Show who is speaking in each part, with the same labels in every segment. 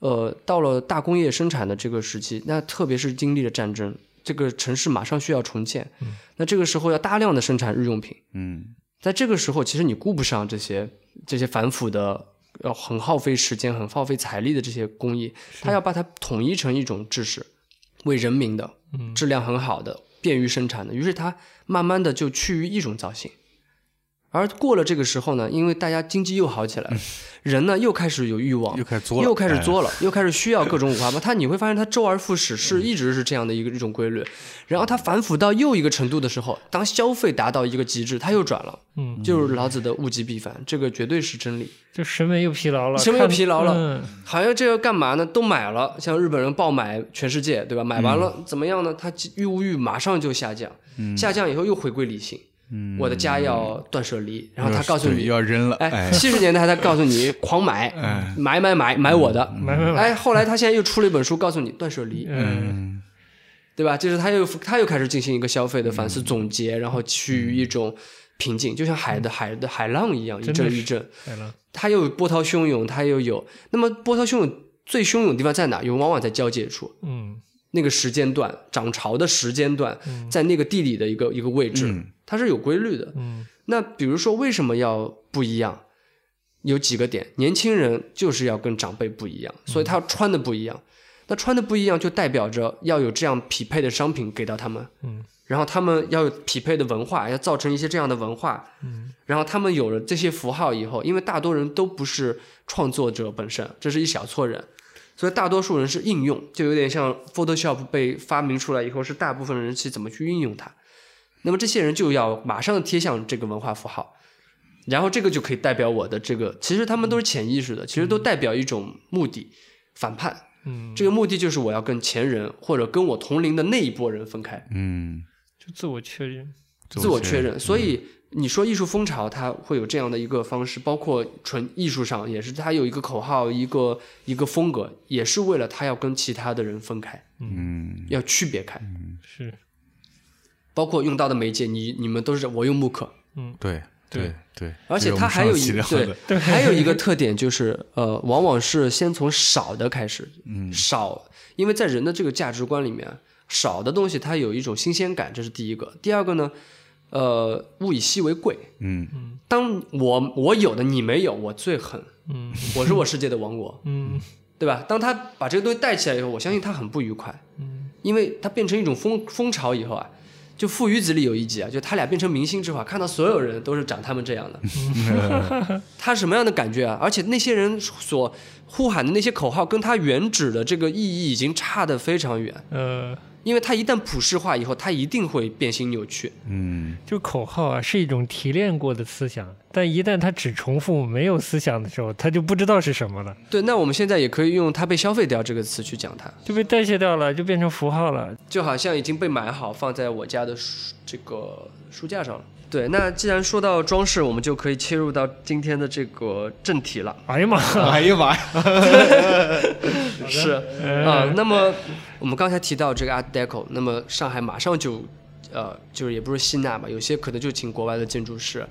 Speaker 1: 呃，到了大工业生产的这个时期，那特别是经历了战争，这个城市马上需要重建，那这个时候要大量的生产日用品，
Speaker 2: 嗯
Speaker 1: 在这个时候，其实你顾不上这些这些繁复的、要很耗费时间、很耗费财力的这些工艺，它要把它统一成一种制式，为人民的、
Speaker 3: 嗯
Speaker 1: 质量很好的、便于生产的。于是它慢慢的就趋于一种造型。而过了这个时候呢，因为大家经济又好起来了，人呢又开始有欲望，
Speaker 2: 嗯又开始作了
Speaker 1: 又开始
Speaker 2: 哎嗯
Speaker 1: 作了，又开始需要各种五花八门。它你会发现，它周而复始，是一直是这样的一个一种规律。然后它反腐到又一个程度的时候，当消费达到一个极致，它又转了。
Speaker 3: 嗯，
Speaker 1: 就是老子的物极必反，这个绝对是真理。
Speaker 3: 就审美又疲劳了，
Speaker 1: 审美又
Speaker 3: 看
Speaker 1: 疲劳了
Speaker 3: 嗯
Speaker 1: 好像这个干嘛呢？都买了，像日本人爆买全世界，对吧？买完了、
Speaker 2: 嗯
Speaker 1: 怎么样呢？他欲物欲马上就下降，下降以后又回归理性。
Speaker 2: 嗯，
Speaker 1: 我的家要断舍离，然后他
Speaker 2: 又是
Speaker 1: 告诉
Speaker 2: 对
Speaker 1: 你
Speaker 2: 又，要扔了，
Speaker 1: 哎，
Speaker 2: 哎，
Speaker 1: 七十年代他告诉你狂买，
Speaker 2: 哎嗯
Speaker 1: 买买买买我的。
Speaker 3: 买买买，
Speaker 1: 哎，后来他现在又出了一本书，告诉你断舍离，
Speaker 3: 嗯，
Speaker 2: 嗯
Speaker 1: 对吧？就是他又他又开始进行一个消费的
Speaker 2: 嗯
Speaker 1: 反思总结，然后趋于一种平静，就像海的海的海浪一样，一
Speaker 3: 真的
Speaker 1: 阵
Speaker 3: 是
Speaker 1: 一阵。
Speaker 3: 来了，
Speaker 1: 它又有波涛汹涌，它又有。那么波涛汹涌最汹涌的地方在哪？有往往在交界处，
Speaker 3: 嗯
Speaker 1: 那个时间段涨潮的时间段，
Speaker 3: 嗯
Speaker 1: 在那个地理的一个一个位置，
Speaker 2: 嗯
Speaker 1: 它是有规律的。
Speaker 3: 嗯
Speaker 1: 那比如说，为什么要不一样？有几个点，年轻人就是要跟长辈不一样，所以
Speaker 3: 嗯
Speaker 1: 他穿的不一样。那穿的不一样，就代表着要有这样匹配的商品给到他们，
Speaker 3: 嗯
Speaker 1: 然后他们要有匹配的文化，要造成一些这样的文化，
Speaker 3: 嗯
Speaker 1: 然后他们有了这些符号以后，因为大多人都不是创作者本身，这是一小撮人，所以大多数人是应用，就有点像 Photoshop 被发明出来以后，是大部分人去怎么去运用它。那么这些人就要马上贴向这个文化符号，然后这个就可以代表我的这个，其实他们都是潜意识的，其实都代表一种目的，反叛。
Speaker 3: 嗯，
Speaker 1: 这个目的就是我要跟前人或者跟我同龄的那一波人分开。
Speaker 2: 嗯，
Speaker 3: 就自我确认，
Speaker 1: 自我确认。嗯所以你说艺术风潮，它会有这样的一个方式，包括纯艺术上也是，它有一个口号，一个一个风格，也是为了它要跟其他的人分开，
Speaker 2: 嗯，
Speaker 1: 要区别开。
Speaker 3: 是，
Speaker 1: 包括用到的媒介，你你们都是我用木刻，
Speaker 3: 嗯，
Speaker 2: 对
Speaker 3: 对
Speaker 2: 对，
Speaker 1: 而且
Speaker 2: 这是我们
Speaker 1: 它还有
Speaker 2: 上期
Speaker 1: 一
Speaker 2: 聊
Speaker 1: 对
Speaker 2: 的，
Speaker 1: 还有一个特点就是，呃，往往是先从少的开始，
Speaker 2: 嗯
Speaker 1: 少，因为在人的这个价值观里面，少的东西它有一种新鲜感，这是第一个。第二个呢，呃，物以稀为贵，
Speaker 2: 嗯
Speaker 1: 当我我有的你没有，我最狠，
Speaker 3: 嗯，
Speaker 1: 我是我世界的王国
Speaker 3: 嗯
Speaker 1: 对吧？当他把这个东西带起来以后，我相信他很不愉快，
Speaker 3: 嗯
Speaker 1: 因为他变成一种风风潮以后啊，就《父与子》里有一集啊，就他俩变成明星之后啊，看到所有人都是长他们这样的，他什么样的感觉啊？而且那些人所呼喊的那些口号，跟他原指的这个意义已经差得非常远，
Speaker 3: 呃，
Speaker 1: 因为他一旦普世化以后，他一定会变形扭曲。
Speaker 2: 嗯
Speaker 3: 就口号啊，是一种提炼过的思想，但一旦它只重复没有思想的时候，它就不知道是什么了，
Speaker 1: 对，那我们现在也可以用“它被消费掉”这个词去讲它。
Speaker 3: 就被代谢掉了，就变成符号了。
Speaker 1: 就好像已经被买好放在我家的书这个书架上了。对，那既然说到装饰，我们就可以切入到今天的这个正题了。
Speaker 3: 哎呀妈，
Speaker 2: 哎呀妈呀，
Speaker 1: 是啊、那么我们刚才提到这个 Art Deco，那么上海马上就，呃，就是也不是吸纳吧，有些可能就请国外的建筑师，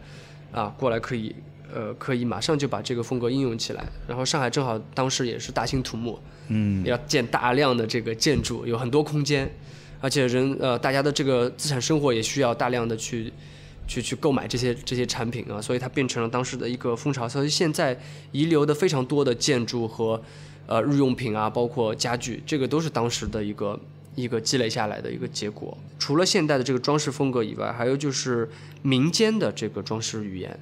Speaker 1: 啊，过来可以，呃，可以马上就把这个风格应用起来。然后上海正好当时也是大兴土木，
Speaker 2: 嗯
Speaker 1: 要建大量的这个建筑，有很多空间，而且人呃，大家的这个资产生活也需要大量的去去去购买这些这些产品啊，所以它变成了当时的一个风潮。所以现在遗留的非常多的建筑和呃日用品啊，包括家具，这个都是当时的一个一个积累下来的一个结果。除了现代的这个装饰风格以外，还有就是民间的这个装饰语言。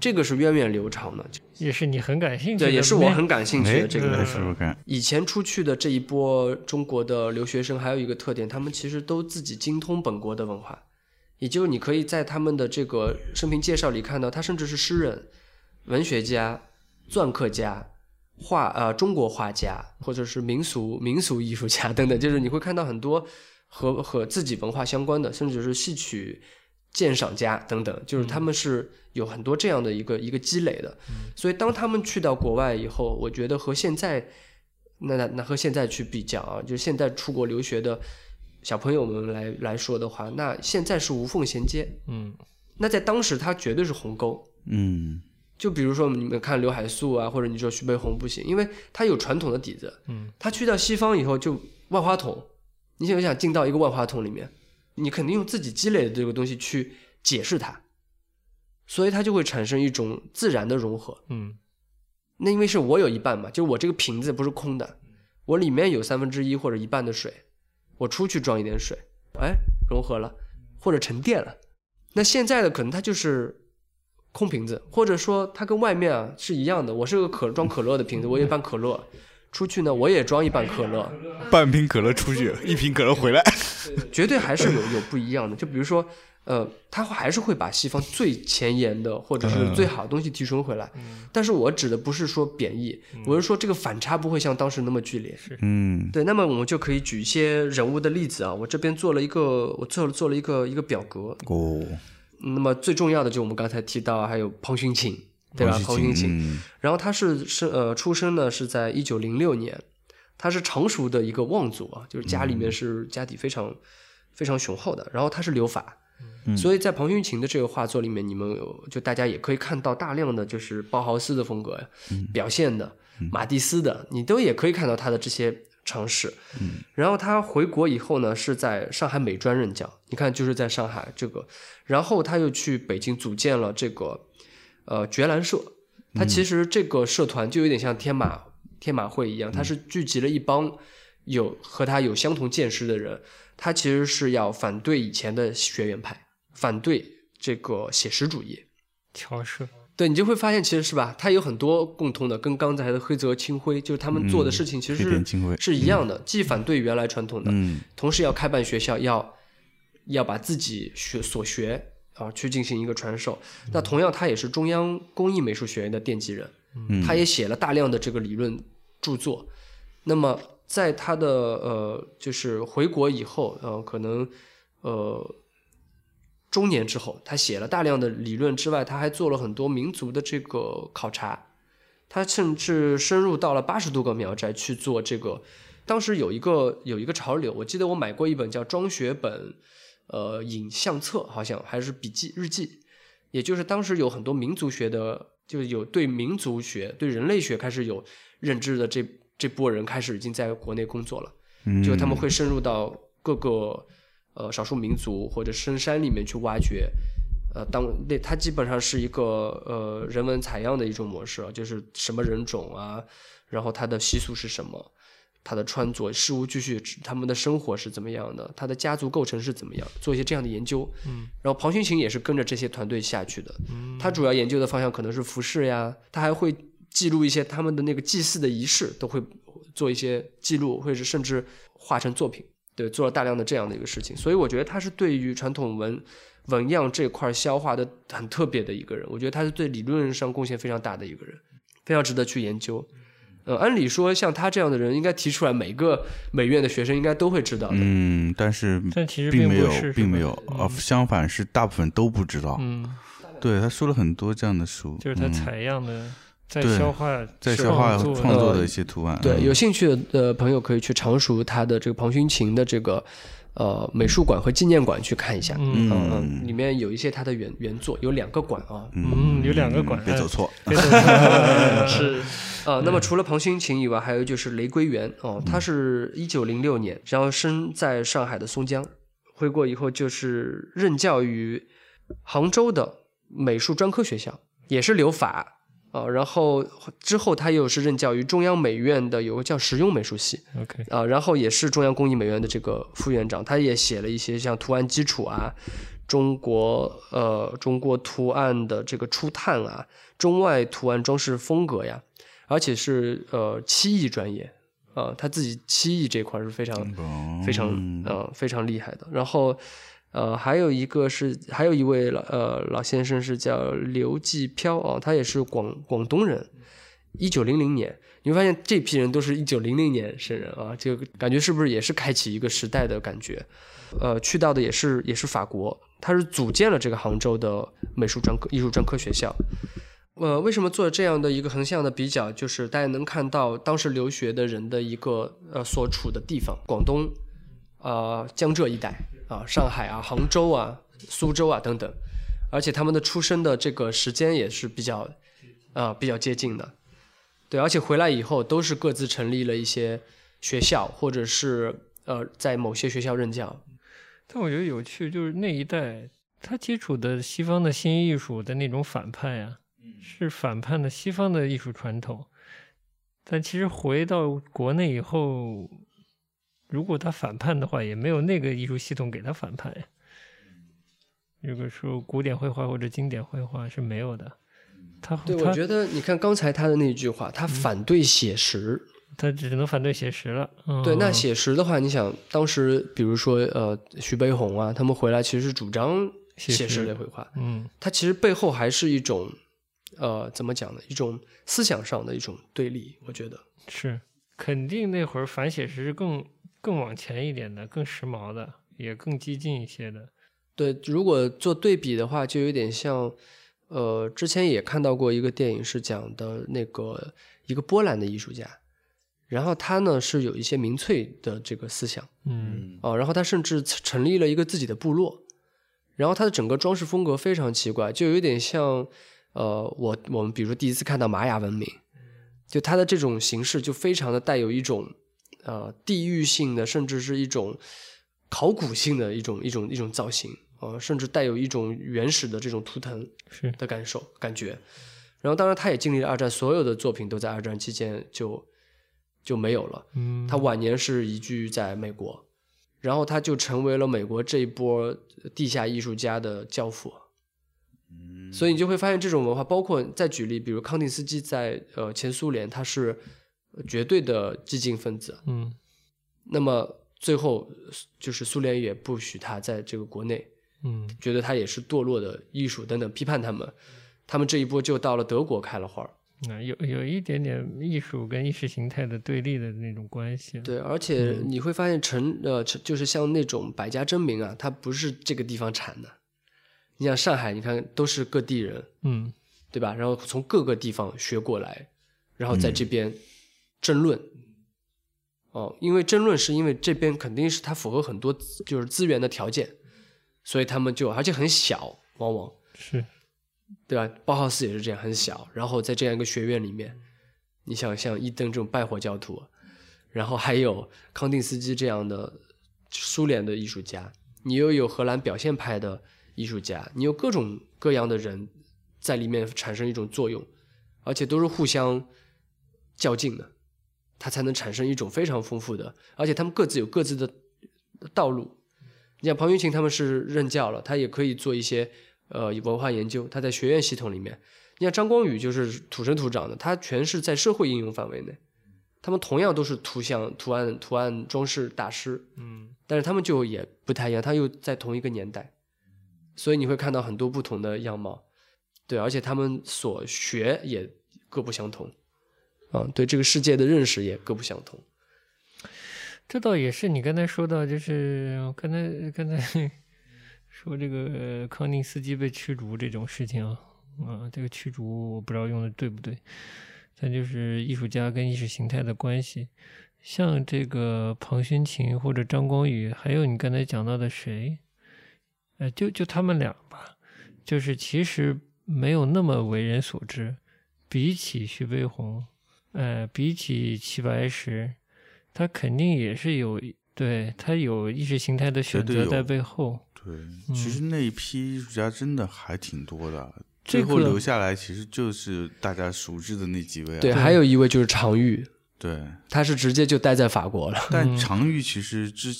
Speaker 1: 这个是源远流长的，
Speaker 3: 也是你很感兴趣的，
Speaker 1: 对，也是我很感兴趣
Speaker 2: 哎
Speaker 1: 的这个
Speaker 3: 嗯
Speaker 1: 东西。
Speaker 2: 是不敢，
Speaker 1: 以前出去的这一波中国的留学生，还有一个特点，他们其实都自己精通本国的文化，也就是你可以在他们的这个生平介绍里看到，他甚至是诗人、文学家、篆刻家、画呃中国画家，或者是民俗民俗艺术家等等，就是你会看到很多和和 自己文化相关的，甚至是戏曲鉴赏家等等，就是他们是有很多这样的一个一个积累的。所以当他们去到国外以后，我觉得和现在那那那和现在去比较啊，就是现在出国留学的小朋友们来来说的话，那现在是无缝衔接，
Speaker 3: 嗯
Speaker 1: 那在当时它绝对是鸿沟。
Speaker 2: 嗯
Speaker 1: 就比如说你们看刘海粟啊，或者你说徐悲鸿不行，因为他有传统的底子。
Speaker 3: 嗯，
Speaker 1: 他去到西方以后就万花筒，你想想进到一个万花筒里面，你肯定用自己积累的这个东西去解释它，所以它就会产生一种自然的融合。
Speaker 3: 嗯
Speaker 1: 那因为是我有一半嘛，就是我这个瓶子不是空的，我里面有三分之一或者一半的水，我出去装一点水，哎，融合了或者沉淀了。那现在的可能它就是空瓶子，或者说它跟外面啊是一样的，我是个可装可乐的瓶子，我有一半可乐，出去呢我也装一半可乐，
Speaker 2: 半瓶可乐出去，一瓶可乐回来。
Speaker 1: 绝对还是有有不一样的。就比如说，呃，他还是会把西方最前沿的或者是最好的东西提纯回来，但是我指的不是说贬义，我是说这个反差不会像当时那么剧烈。
Speaker 2: 嗯，
Speaker 1: 对，那么我们就可以举一些人物的例子啊。我这边做了一个，我做了做了一个一个表格。
Speaker 2: 哦，
Speaker 1: 那么最重要的就我们刚才提到，还有彭勋庆，对吧？彭勋庆，
Speaker 2: 嗯
Speaker 1: 然后他是是呃出生呢是在一九零六年，他是常熟的一个望族啊，就是家里面是家底非常、非常雄厚的。然后他是留法，所以在庞勋琴的这个画作里面，你们有就大家也可以看到大量的就是包豪斯的风格呀、表现的、马蒂斯的，你都也可以看到他的这些尝试。然后他回国以后呢，是在上海美专任教，你看就是在上海这个，然后他又去北京组建了这个呃觉兰社，
Speaker 2: 嗯
Speaker 1: 他其实这个社团就有点像天马天马会一样，
Speaker 2: 嗯
Speaker 1: 他是聚集了一帮有和他有相同见识的人，他其实是要反对以前的学院派，反对这个写实主义。
Speaker 3: 乔氏，
Speaker 1: 对你就会发现，其实是吧，它有很多共通的，跟刚才的黑泽清辉，就是他们做的事情其实
Speaker 2: 嗯黑
Speaker 1: 是、
Speaker 2: 田清辉
Speaker 1: 是一样的，既反对原来传统的，
Speaker 2: 嗯
Speaker 1: 同时要开办学校，要要把自己学所学啊去进行一个传授。那同样，他也是中央工艺美术学院的奠基人，
Speaker 2: 嗯
Speaker 1: 他也写了大量的这个理论著作。那么在他的呃，就是回国以后，呃，可能呃中年之后，他写了大量的理论之外，他还做了很多民族的这个考察。他甚至深入到了八十多个苗寨去做这个。当时有一个有一个潮流，我记得我买过一本叫《庄学本》呃影像册，好像还是笔记日记，也就是当时有很多民族学的，就是有对民族学、对人类学开始有认知的这这波人开始已经在国内工作了。
Speaker 2: 嗯，
Speaker 1: 就他们会深入到各个呃少数民族或者深山里面去挖掘。呃，当那它基本上是一个呃人文采样的一种模式啊，就是什么人种啊，然后它的习俗是什么，他的穿着、事无巨细，他们的生活是怎么样的，他的家族构成是怎么样，做一些这样的研究。
Speaker 3: 嗯，
Speaker 1: 然后庞勋琴也是跟着这些团队下去的，他主要研究的方向可能是服饰呀，他还会记录一些他们的那个祭祀的仪式，都会做一些记录，或者是甚至画成作品。对，做了大量的这样的一个事情，所以我觉得他是对于传统文文样这块消化的很特别的一个人。我觉得他是对理论上贡献非常大的一个人，非常值得去研究。呃，按理说像他这样的人，应该提出来，每个美院的学生应该都会知道的。
Speaker 2: 嗯，但是
Speaker 3: 但其实
Speaker 2: 并
Speaker 3: 不
Speaker 2: 没有
Speaker 3: 是，是，
Speaker 2: 并没
Speaker 3: 吧
Speaker 2: 有，啊，相反是大部分都不知道。
Speaker 3: 嗯，
Speaker 2: 对他说了很多这样的书，
Speaker 3: 就是它
Speaker 2: 嗯
Speaker 3: 采样的，在
Speaker 2: 对
Speaker 3: 消化
Speaker 2: 在消化
Speaker 3: 作
Speaker 2: 创作
Speaker 1: 的
Speaker 2: 的一些图案。
Speaker 1: 对，
Speaker 2: 嗯
Speaker 1: 有兴趣的呃朋友可以去常熟他的这个庞勋琴的这个呃美术馆和纪念馆去看一下。
Speaker 3: 嗯
Speaker 1: 嗯嗯，里面有一些他的原原作，有两个馆啊。
Speaker 3: 嗯，有两个馆，
Speaker 2: 别走错。
Speaker 3: 别走 错
Speaker 1: 是，呃，那么除了庞勋琴以外，还有就是雷归元哦，他是一九零六年，然后生在上海的松江，回国以后就是任教于杭州的美术专科学校，也是留法啊、然后之后他又是任教于中央美院的有个叫实用美术系，
Speaker 3: OK，
Speaker 1: 啊，然后也是中央工艺美院的这个副院长，他也写了一些像图案基础啊、中国呃中国图案的这个初探啊、中外图案装饰风格呀，而且是呃漆艺专业啊、他自己漆艺这块儿是非常、
Speaker 2: 哦
Speaker 1: 非常呃非常厉害的。然后呃还有一个是还有一位老呃老先生是叫刘继飘啊、他也是广广东人，一九零零年。你会发现这批人都是一九零零年生人啊，这个感觉是不是也是开启一个时代的感觉？呃，去到的也是也是法国，他是组建了这个杭州的美术专科艺术专科学校。呃，为什么做这样的一个横向的比较？就是大家能看到当时留学的人的一个呃所处的地方，广东、呃江浙一带啊，上海啊、杭州啊、苏州啊等等，而且他们的出生的这个时间也是比较啊、比较接近的。对，而且回来以后都是各自成立了一些学校，或者是呃在某些学校任教。
Speaker 3: 但我觉得有趣就是那一代他接触的西方的新艺术的那种反叛呀、
Speaker 1: 嗯
Speaker 3: 是反叛的西方的艺术传统。但其实回到国内以后，如果他反叛的话，也没有那个艺术系统给他反叛呀。如果说古典绘画或者经典绘画是没有的，他
Speaker 1: 嗯对，我
Speaker 3: 他
Speaker 1: 觉得你看刚才他的那句话，他反对写实。
Speaker 3: 他只能反对写实了。嗯、
Speaker 1: 对，那写实的话，你想当时比如说呃徐悲鸿啊，他们回来其实是主张
Speaker 3: 写
Speaker 1: 写实
Speaker 3: 实
Speaker 1: 类绘画，
Speaker 3: 嗯
Speaker 1: 它其实背后还是一种呃怎么讲呢？一种思想上的一种对立，我觉得。
Speaker 3: 是肯定那会儿反写实是更更往前一点的，更时髦的，也更激进一些的。
Speaker 1: 对，如果做对比的话，就有点像，呃，之前也看到过一个电影，是讲的那个一个波兰的艺术家，然后他呢是有一些民粹的这个思想
Speaker 3: 嗯
Speaker 1: 啊、然后他甚至成立了一个自己的部落，然后他的整个装饰风格非常奇怪，就有点像，呃，我我们比如说第一次看到玛雅文明，就它的这种形式就非常的带有一种呃地域性的，甚至是一种考古性的一种一种一种造型啊、呃甚至带有一种原始的这种图腾
Speaker 3: 是
Speaker 1: 的感受感觉。然后，当然，他也经历了二战，所有的作品都在二战期间就就没有了。
Speaker 3: 嗯，
Speaker 1: 他晚年是移居在美国，然后他就成为了美国这一波地下艺术家的教父。
Speaker 2: 嗯
Speaker 1: 所以你就会发现这种文化，包括再举例，比如康定斯基在呃前苏联，他是呃绝对的激进分子，
Speaker 3: 嗯
Speaker 1: 那么最后就是苏联也不许他在这个国内，
Speaker 3: 嗯
Speaker 1: 觉得他也是堕落的艺术等等，批判他们，他们这一波就到了德国开了花儿。
Speaker 3: 那有有一点点艺术跟意识形态的对立的那种关系。，
Speaker 1: 对，而且你会发现陈呃，陈就是像那种百家争鸣啊，它不是这个地方产的。你想上海，你看都是各地人，
Speaker 3: 嗯
Speaker 1: 对吧？然后从各个地方学过来，然后在这边争论。哦，因为争论是因为这边肯定是它符合很多资就是资源的条件，所以他们就而且很小，往往
Speaker 3: 是
Speaker 1: 对吧？包豪斯也是这样，很小。然后在这样一个学院里面，你想像伊登这种拜火教徒，然后还有康定斯基这样的苏联的艺术家，你又有荷兰表现派的艺术家，你有各种各样的人在里面产生一种作用，而且都是互相较劲的，它才能产生一种非常丰富的，而且他们各自有各自的道路。你像庞云琴他们是任教了，他也可以做一些呃文化研究，他在学院系统里面。你像张光宇就是土生土长的，他全是在社会应用范围内。他们同样都是图像、图案、图案装饰大师，
Speaker 3: 嗯
Speaker 1: 但是他们就也不太一样，他又在同一个年代，所以你会看到很多不同的样貌，对，而且他们所学也各不相同，啊，对这个世界的认识也各不相同。
Speaker 3: 这倒也是你刚才说到，就是我刚才刚才说这个、呃康定斯基被驱逐这种事情啊，啊，这个驱逐我不知道用的对不对，但就是艺术家跟意识形态的关系，像这个庞勋琴或者张光宇，还有你刚才讲到的谁，呃，就就他们俩吧，就是其实没有那么为人所知，比起徐悲鸿，呃，比起齐白石，他肯定也是有对他有意识形态的选
Speaker 2: 绝对
Speaker 3: 择
Speaker 2: 有
Speaker 3: 在背后。
Speaker 2: 对，其实那一批艺术家真的还挺多的，
Speaker 3: 这
Speaker 2: 最
Speaker 3: 个
Speaker 2: 后留下来其实就是大家熟知的那几位啊。
Speaker 1: 对，还有一位就是常玉，
Speaker 2: 对，
Speaker 3: 嗯
Speaker 1: 他是直接就待在法国了。
Speaker 2: 但常玉其实之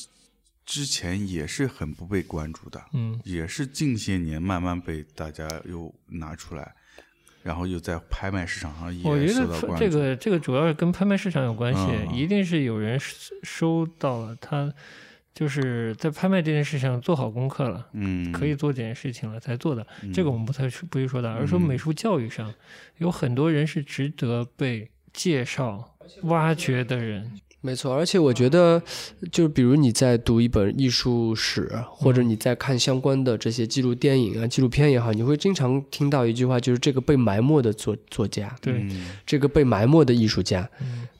Speaker 2: 之前也是很不被关注的，
Speaker 3: 嗯，
Speaker 2: 也是近些年慢慢被大家又拿出来，然后又在拍卖市场上
Speaker 3: 我
Speaker 2: 也
Speaker 3: 觉
Speaker 2: 受
Speaker 3: 得
Speaker 2: 到
Speaker 3: 拍
Speaker 2: 关注。
Speaker 3: 这个这个主要是跟拍卖市场有关系，
Speaker 2: 嗯
Speaker 3: 一定是有人收收到了他，就是在拍卖这件事上做好功课了，
Speaker 2: 嗯，
Speaker 3: 可以做这件事情了才做的。这个我们不太说不去说的，而是
Speaker 2: 嗯
Speaker 3: 说美术教育上、有很多人是值得被介绍、挖掘的人。
Speaker 1: 没错，而且我觉得，就比如你在读一本艺术史，或者你在看相关的这些纪录电影啊、纪录片也好，你会经常听到一句话，就是这个被埋没的作作家，
Speaker 3: 对，
Speaker 2: 嗯
Speaker 1: 这个被埋没的艺术家，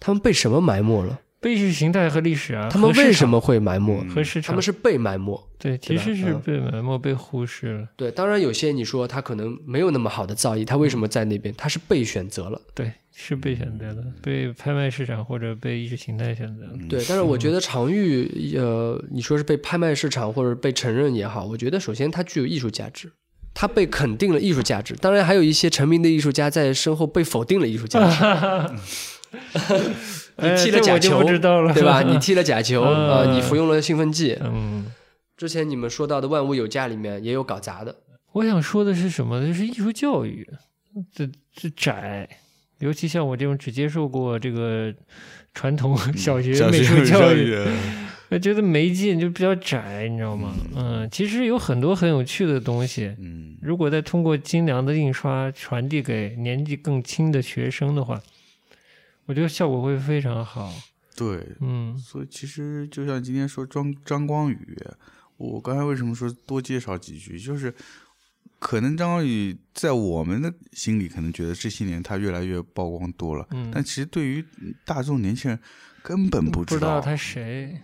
Speaker 1: 他们被什么埋没了？
Speaker 3: 被意识形态和历史啊，
Speaker 1: 他们
Speaker 3: 和市
Speaker 1: 为什
Speaker 3: 场
Speaker 1: 么会埋没？
Speaker 2: 嗯
Speaker 3: 和市
Speaker 1: 他
Speaker 3: 场
Speaker 1: 们是被埋没。
Speaker 3: 对，其
Speaker 1: 吧
Speaker 3: 实是
Speaker 1: 嗯
Speaker 3: 被埋没、被忽视了。
Speaker 1: 对，当然有些你说他可能没有那么好的造诣，他为什么在那边？他是被选择了。
Speaker 3: 对，是被选择
Speaker 2: 嗯
Speaker 3: 的，被拍卖市场或者被意识形态选择了。
Speaker 1: 对，但是我觉得常玉，呃，你说是被拍卖市场或者被承认也好，我觉得首先它具有艺术价值，它被肯定了艺术价值。当然，还有一些成名的艺术家在身后被否定了艺术价值。
Speaker 3: 哎
Speaker 1: 你踢了
Speaker 3: 这
Speaker 1: 假
Speaker 3: 我就
Speaker 1: 球，
Speaker 3: 不知道了，
Speaker 1: 对 吧？你踢了假球，
Speaker 3: 嗯
Speaker 1: 呃，你服用了兴奋剂。
Speaker 3: 嗯，
Speaker 1: 之前你们说到的《万物有价》里面也有搞砸的，
Speaker 3: 我想说的是什么呢？就是艺术教育，这这窄，尤其像我这种只接受过这个传统小学
Speaker 2: 小
Speaker 3: 美
Speaker 2: 学
Speaker 3: 术
Speaker 2: 教
Speaker 3: 育，
Speaker 2: 育，
Speaker 3: 我觉得没劲，就比较窄，你知道吗？嗯，其实有很多很有趣的东西，
Speaker 2: 嗯，
Speaker 3: 如果再通过精良的印刷传递给年纪更轻的学生的话，我觉得效果会非常好。
Speaker 2: 对，
Speaker 3: 嗯
Speaker 2: 所以其实就像今天说张张光宇，我刚才为什么说多介绍几句，就是可能张光宇在我们的心里可能觉得这些年他越来越曝光多了，
Speaker 3: 嗯，
Speaker 2: 但其实对于大众年轻人根本不
Speaker 3: 不知
Speaker 2: 道
Speaker 3: 道他谁，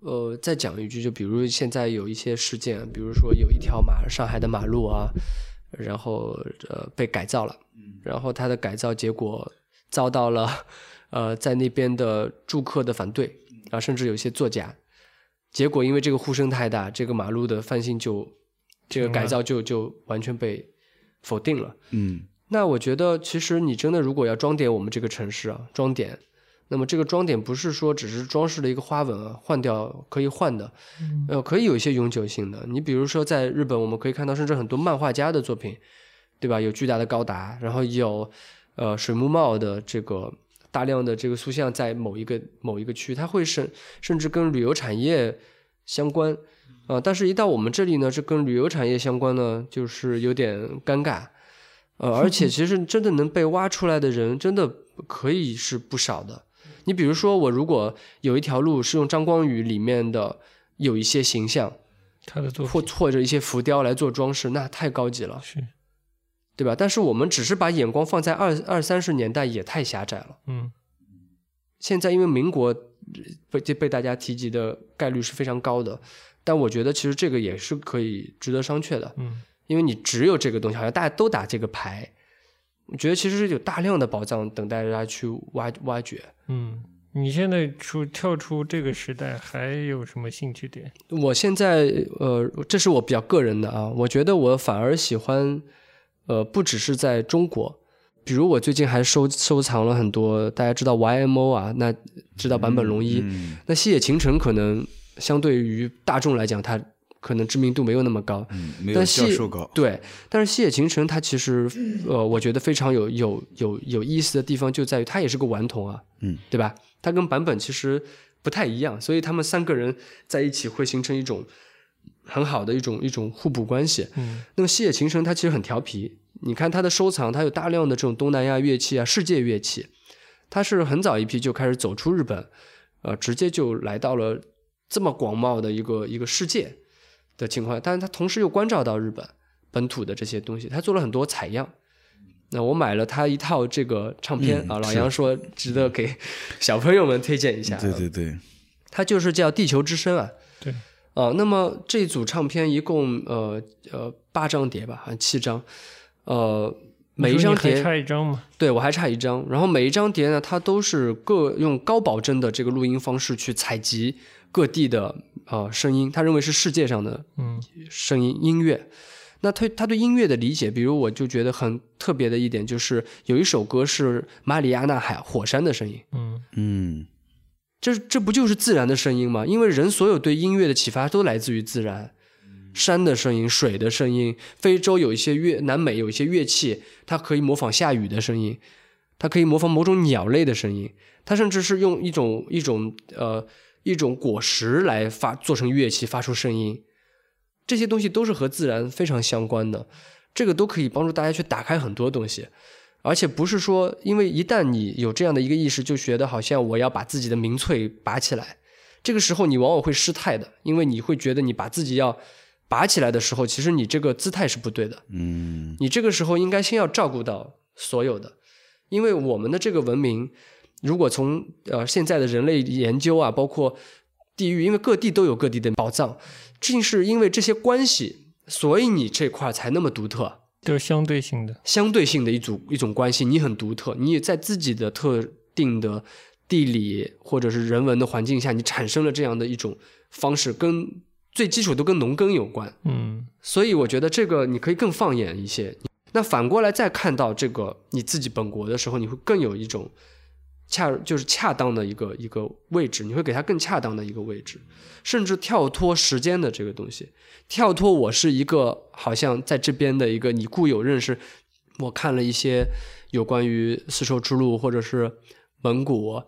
Speaker 1: 呃，再讲一句，就比如现在有一些事件，比如说有一条马上海的马路啊，然后呃被改造了，
Speaker 3: 嗯
Speaker 1: 然后它的改造结果遭到了呃在那边的住客的反对
Speaker 3: 嗯
Speaker 1: 啊，甚至有些作假。结果因为这个呼声太大，这个马路的翻新就这个
Speaker 3: 停
Speaker 1: 改
Speaker 3: 了
Speaker 1: 造就就完全被否定了。
Speaker 2: 嗯
Speaker 1: 那我觉得，其实你真的如果要装点我们这个城市啊，装点，那么这个装点不是说只是装饰的一个花纹啊，换掉可以换的，呃，可以有一些永久性的。你比如说在日本，我们可以看到，甚至很多漫画家的作品，对吧？有巨大的高达，然后有呃水木茂的这个大量的这个塑像在某一个某一个区，它会甚甚至跟旅游产业相关啊、呃但是，一到我们这里呢，这跟旅游产业相关呢，就是有点尴尬。呃，而且其实真的能被挖出来的人，真的可以是不少的。你比如说，我如果有一条路是用张光宇里面的有一些形象，
Speaker 3: 他的作
Speaker 1: 或
Speaker 3: 品
Speaker 1: 或者一些浮雕来做装饰，那太高级了，
Speaker 3: 是
Speaker 1: 对吧？但是我们只是把眼光放在二二三十年代，也太狭窄了。
Speaker 3: 嗯
Speaker 1: 现在因为民国呃被被被大家提及的概率是非常高的，但我觉得其实这个也是可以值得商榷的。
Speaker 3: 嗯
Speaker 1: 因为你只有这个东西，好像大家都打这个牌。我觉得其实是有大量的宝藏等待着大家去挖挖掘。
Speaker 3: 嗯，你现在出跳出这个时代，还有什么兴趣点？
Speaker 1: 我现在呃，这是我比较个人的啊，我觉得我反而喜欢，呃，不只是在中国，比如我最近还收收藏了很多，大家知道 YMO 啊，那知道坂本龙一，
Speaker 2: 嗯
Speaker 1: 那西野晴臣可能相对于大众来讲，他可能知名度没有那么高，
Speaker 2: 嗯，没有
Speaker 1: 但
Speaker 2: 教
Speaker 1: 西
Speaker 2: 授高，
Speaker 1: 对，但是西野晴臣他其实，呃，我觉得非常有有有有意思的地方就在于他也是个顽童啊，
Speaker 2: 嗯，
Speaker 1: 对吧？他跟版本其实不太一样，所以他们三个人在一起会形成一种很好的一种一种互补关系。
Speaker 3: 嗯
Speaker 1: 那么西野晴臣他其实很调皮，你看他的收藏，他有大量的这种东南亚乐器啊、世界乐器，他是很早一批就开始走出日本，呃，直接就来到了这么广袤的一个一个世界的情况，但是他同时又关照到日本本土的这些东西，他做了很多采样。那我买了他一套这个唱片、
Speaker 2: 嗯
Speaker 1: 啊，老
Speaker 2: 是
Speaker 1: 杨说值得给 小朋友们推荐一下。
Speaker 3: 啊
Speaker 2: 对对对，
Speaker 1: 它就是叫《地球之声》啊。
Speaker 3: 对。
Speaker 1: 啊、那么这组唱片一共呃呃八张碟吧，好像七张，呃，每一
Speaker 3: 你说
Speaker 1: 张
Speaker 3: 你还
Speaker 1: 碟
Speaker 3: 差一张嘛？
Speaker 1: 对我还差一张，然后每一张碟呢，它都是各用高保真的这个录音方式去采集各地的呃声音，他认为是世界上的
Speaker 3: 嗯
Speaker 1: 声音音乐。那他他对音乐的理解，比如我就觉得很特别的一点就是，有一首歌是马里亚纳海火山的声音，
Speaker 3: 嗯
Speaker 2: 嗯
Speaker 1: 这这不就是自然的声音吗？因为人所有对音乐的启发都来自于自然，山的声音、水的声音，非洲有一些乐，南美有一些乐器，它可以模仿下雨的声音，它可以模仿某种鸟类的声音，它甚至是用一种一种呃一种果实来发做成乐器发出声音，这些东西都是和自然非常相关的，这个都可以帮助大家去打开很多东西。而且不是说，因为一旦你有这样的一个意识，就觉得好像我要把自己的民粹拔起来，这个时候你往往会失态的，因为你会觉得你把自己要拔起来的时候，其实你这个姿态是不对的。
Speaker 2: 嗯
Speaker 1: 你这个时候应该先要照顾到所有的，因为我们的这个文明，如果从呃现在的人类研究啊，包括地域，因为各地都有各地的宝藏，正是因为这些关系，所以你这块儿才那么独特。
Speaker 3: 就是相对性的，
Speaker 1: 相对性的一组一种关系，你很独特，你也在自己的特定的地理或者是人文的环境下，你产生了这样的一种方式，跟最基础都跟农耕有关。
Speaker 3: 嗯，
Speaker 1: 所以我觉得这个你可以更放眼一些。那反过来再看到这个你自己本国的时候，你会更有一种恰就是恰当的一个一个位置，你会给它更恰当的一个位置，甚至跳脱时间的这个东西，跳脱我是一个好像在这边的一个你固有认识。我看了一些有关于丝绸之路或者是蒙古，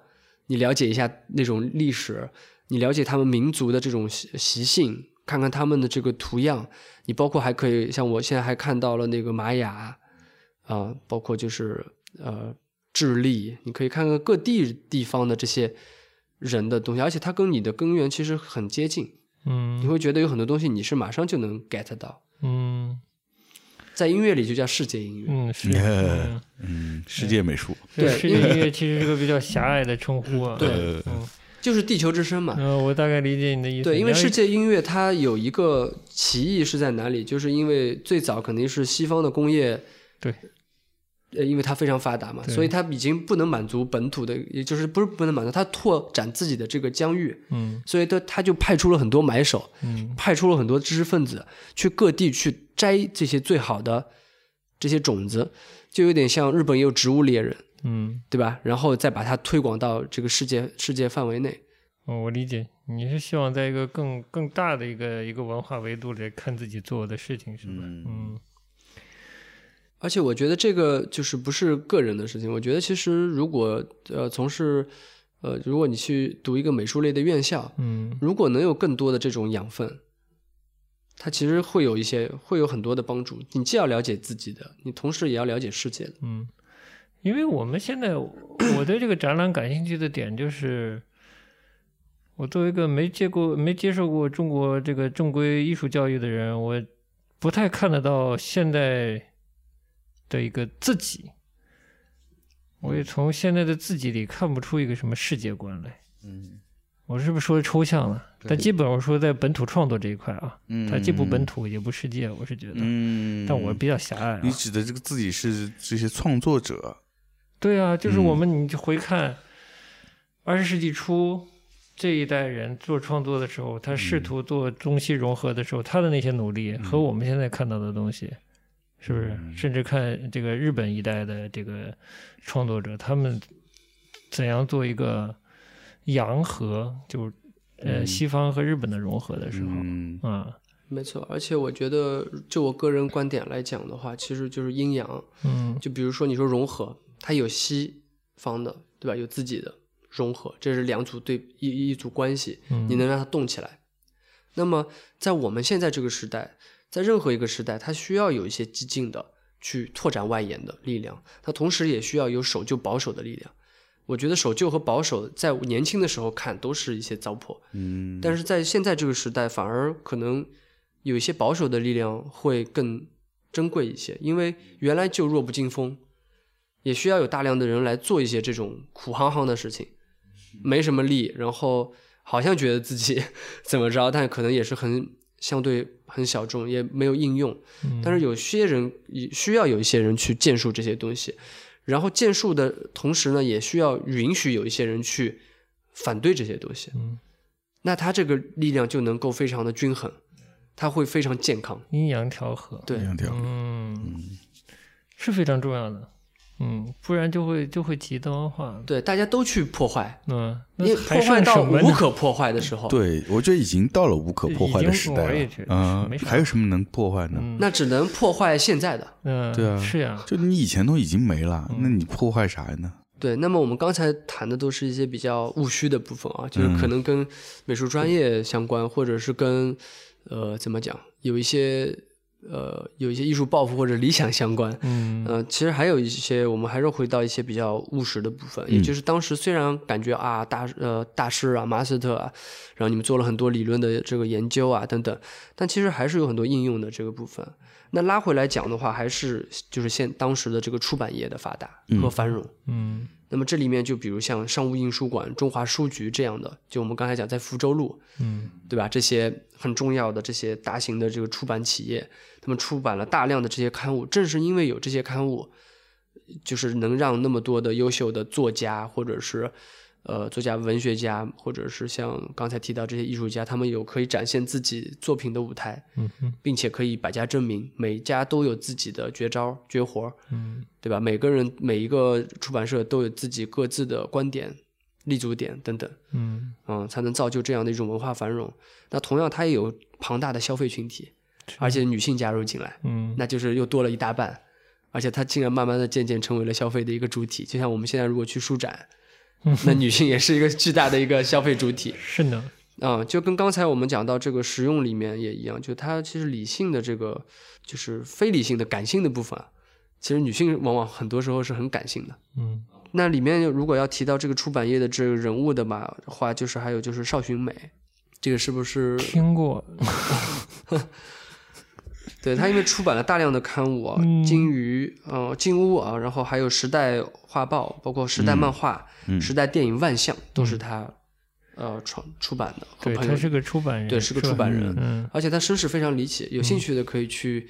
Speaker 1: 你了解一下那种历史，你了解他们民族的这种习习性，看看他们的这个图样，你包括还可以像我现在还看到了那个玛雅，啊、包括就是呃智利，你可以看看各地地方的这些人的东西，而且它跟你的根源其实很接近，你
Speaker 3: 嗯，
Speaker 1: 会觉得有很多东西你是马上就能 get 到，
Speaker 3: 嗯，
Speaker 1: 在音乐里就叫世界音乐。
Speaker 3: 嗯，是，
Speaker 2: Yeah
Speaker 3: 嗯
Speaker 2: 嗯，世界美术，
Speaker 1: 对
Speaker 3: 世界音乐其实是个比较狭隘的称呼啊。
Speaker 1: 对
Speaker 2: 呃，
Speaker 3: 嗯，
Speaker 1: 就是地球之声嘛，
Speaker 3: 嗯，我大概理解你的意思。
Speaker 1: 对，因为
Speaker 3: 你要
Speaker 1: 世界音乐它有一个歧义是在哪里？就是因为最早肯定是西方的工业，
Speaker 3: 对，
Speaker 1: 呃，因为它非常发达嘛，
Speaker 3: 对
Speaker 1: 所以它已经不能满足本土的，也就是不是不能满足，它拓展自己的这个疆域，
Speaker 3: 嗯
Speaker 1: 所以它它就派出了很多买手，
Speaker 3: 嗯
Speaker 1: 派出了很多知识分子去各地去摘这些最好的这些种子，就有点像日本也有植物猎人，
Speaker 3: 嗯，
Speaker 1: 对吧？然后再把它推广到这个世界世界范围内。
Speaker 3: 哦我理解，你是希望在一个更更大的一个一个文化维度来看自己做的事情，是吧？嗯
Speaker 1: 而且我觉得这个就是不是个人的事情，我觉得其实如果呃从事呃如果你去读一个美术类的院校，
Speaker 3: 嗯
Speaker 1: 如果能有更多的这种养分，它其实会有一些会有很多的帮助。你既要了解自己的，你同时也要了解世界的。
Speaker 3: 嗯，因为我们现在我对这个展览感兴趣的点就是，我作为一个没接过、没接受过中国这个正规艺术教育的人，我不太看得到现在的一个自己。我也从现在的自己里看不出一个什么世界观来。
Speaker 2: 嗯
Speaker 3: 我是不是说的抽象了？但基本我说在本土创作这一块啊，
Speaker 2: 嗯
Speaker 3: 它既不本土也不世界，我是觉得。
Speaker 2: 嗯，
Speaker 3: 但我比较狭隘、啊。
Speaker 2: 你指的这个自己是这些创作者，
Speaker 3: 对啊，就是我们，你就回看二十世纪初这一代人做创作的时候，他试图做中西融合的时候，他的那些努力和我们现在看到的东西，是不是？甚至看这个日本一代的这个创作者，他们怎样做一个洋合，就是呃西方和日本的融合的时候，
Speaker 2: 嗯
Speaker 3: 啊，
Speaker 1: 没错，而且我觉得就我个人观点来讲的话，其实就是阴阳。
Speaker 3: 嗯
Speaker 1: 就比如说你说融合，它有西方的，对吧？有自己的融合，这是两组对一一组关系，
Speaker 3: 嗯
Speaker 1: 你能让它动起来。那么在我们现在这个时代，在任何一个时代，它需要有一些激进的去拓展外延的力量，它同时也需要有守旧保守的力量。我觉得守旧和保守在我年轻的时候看都是一些糟粕，
Speaker 2: 嗯，
Speaker 1: 但是在现在这个时代，反而可能有一些保守的力量会更珍贵一些，因为原来就弱不禁风，也需要有大量的人来做一些这种苦行行的事情，没什么力，然后好像觉得自己 怎么着，但可能也是很相对很小众，也没有应用。
Speaker 3: 嗯
Speaker 1: 但是有些人也需要有一些人去建树这些东西，然后建树的同时呢，也需要允许有一些人去反对这些东西。
Speaker 3: 嗯
Speaker 1: 那它这个力量就能够非常的均衡，它会非常健康。
Speaker 3: 阴阳调和，
Speaker 1: 对，
Speaker 2: 两条，
Speaker 3: 嗯，是非常重要的，嗯，不然就会就会极端化。
Speaker 1: 对，大家都去破坏，
Speaker 3: 嗯，
Speaker 1: 也
Speaker 3: 那
Speaker 1: 破
Speaker 3: 还
Speaker 1: 坏
Speaker 3: 剩
Speaker 1: 到
Speaker 3: 什么
Speaker 1: 无
Speaker 3: 呢？
Speaker 1: 可破坏的时候，
Speaker 2: 对我觉得已经到了无可破坏的时代
Speaker 3: 已经我也
Speaker 2: 了
Speaker 3: 觉，得
Speaker 2: 嗯
Speaker 3: 没，啥
Speaker 2: 还有什么能破坏呢？
Speaker 3: 嗯
Speaker 1: 那只能破坏现在的。
Speaker 3: 嗯，
Speaker 2: 对啊
Speaker 3: 是呀，
Speaker 2: 就你以前都已经没了，那你破坏啥呢？
Speaker 1: 对，那么我们刚才谈的都是一些比较务虚的部分啊，就是可能跟美术专业相关，或者是跟呃怎么讲，有一些呃有一些艺术抱负或者理想相关。
Speaker 3: 嗯
Speaker 1: 呃，其实还有一些，我们还是回到一些比较务实的部分，也就是当时虽然感觉啊，大呃大师啊，马斯特啊，然后你们做了很多理论的这个研究啊等等，但其实还是有很多应用的这个部分。那拉回来讲的话，还是就是现当时的这个出版业的发达和繁荣，
Speaker 3: 嗯
Speaker 1: 那么这里面就比如像商务印书馆、中华书局这样的，就我们刚才讲在福州路，
Speaker 3: 嗯
Speaker 1: 对吧？这些很重要的这些大型的这个出版企业，他们出版了大量的这些刊物，正是因为有这些刊物，就是能让那么多的优秀的作家，或者是呃作家、文学家，或者是像刚才提到这些艺术家，他们有可以展现自己作品的舞台，
Speaker 3: 嗯哼
Speaker 1: 并且可以百家争鸣，每家都有自己的绝招、绝活儿，
Speaker 3: 嗯
Speaker 1: 对吧？每个人每一个出版社都有自己各自的观点、立足点等等。
Speaker 3: 嗯，
Speaker 1: 嗯，才能造就这样的一种文化繁荣。那同样，它也有庞大的消费群体，而且女性加入进来，
Speaker 3: 嗯
Speaker 1: 那就是又多了一大半。而且它竟然慢慢的、渐渐成为了消费的一个主体。就像我们现在如果去书展，那女性也是一个巨大的一个消费主体。
Speaker 3: 是呢，
Speaker 1: 啊、就跟刚才我们讲到这个实用里面也一样，就它其实理性的这个，就是非理性的感性的部分啊，其实女性往往很多时候是很感性的。
Speaker 3: 嗯
Speaker 1: 那里面如果要提到这个出版业的这个人物的吧话，就是还有就是邵洵美，这个是不是？
Speaker 3: 听过，
Speaker 1: 对他因为出版了大量的刊物啊，
Speaker 3: 嗯
Speaker 1: 金鱼》呃《金屋》啊，然后还有《时代画报》，包括《时代漫画》
Speaker 2: 嗯
Speaker 1: 时代电影》《万象》都是他、呃创出版的和
Speaker 3: 嗯对
Speaker 1: 朋
Speaker 3: 他
Speaker 1: 友
Speaker 3: 是个出版人，
Speaker 1: 对是个出
Speaker 3: 吧
Speaker 1: 版人，
Speaker 3: 嗯，
Speaker 1: 而且他身世非常离奇，有兴趣的可以去、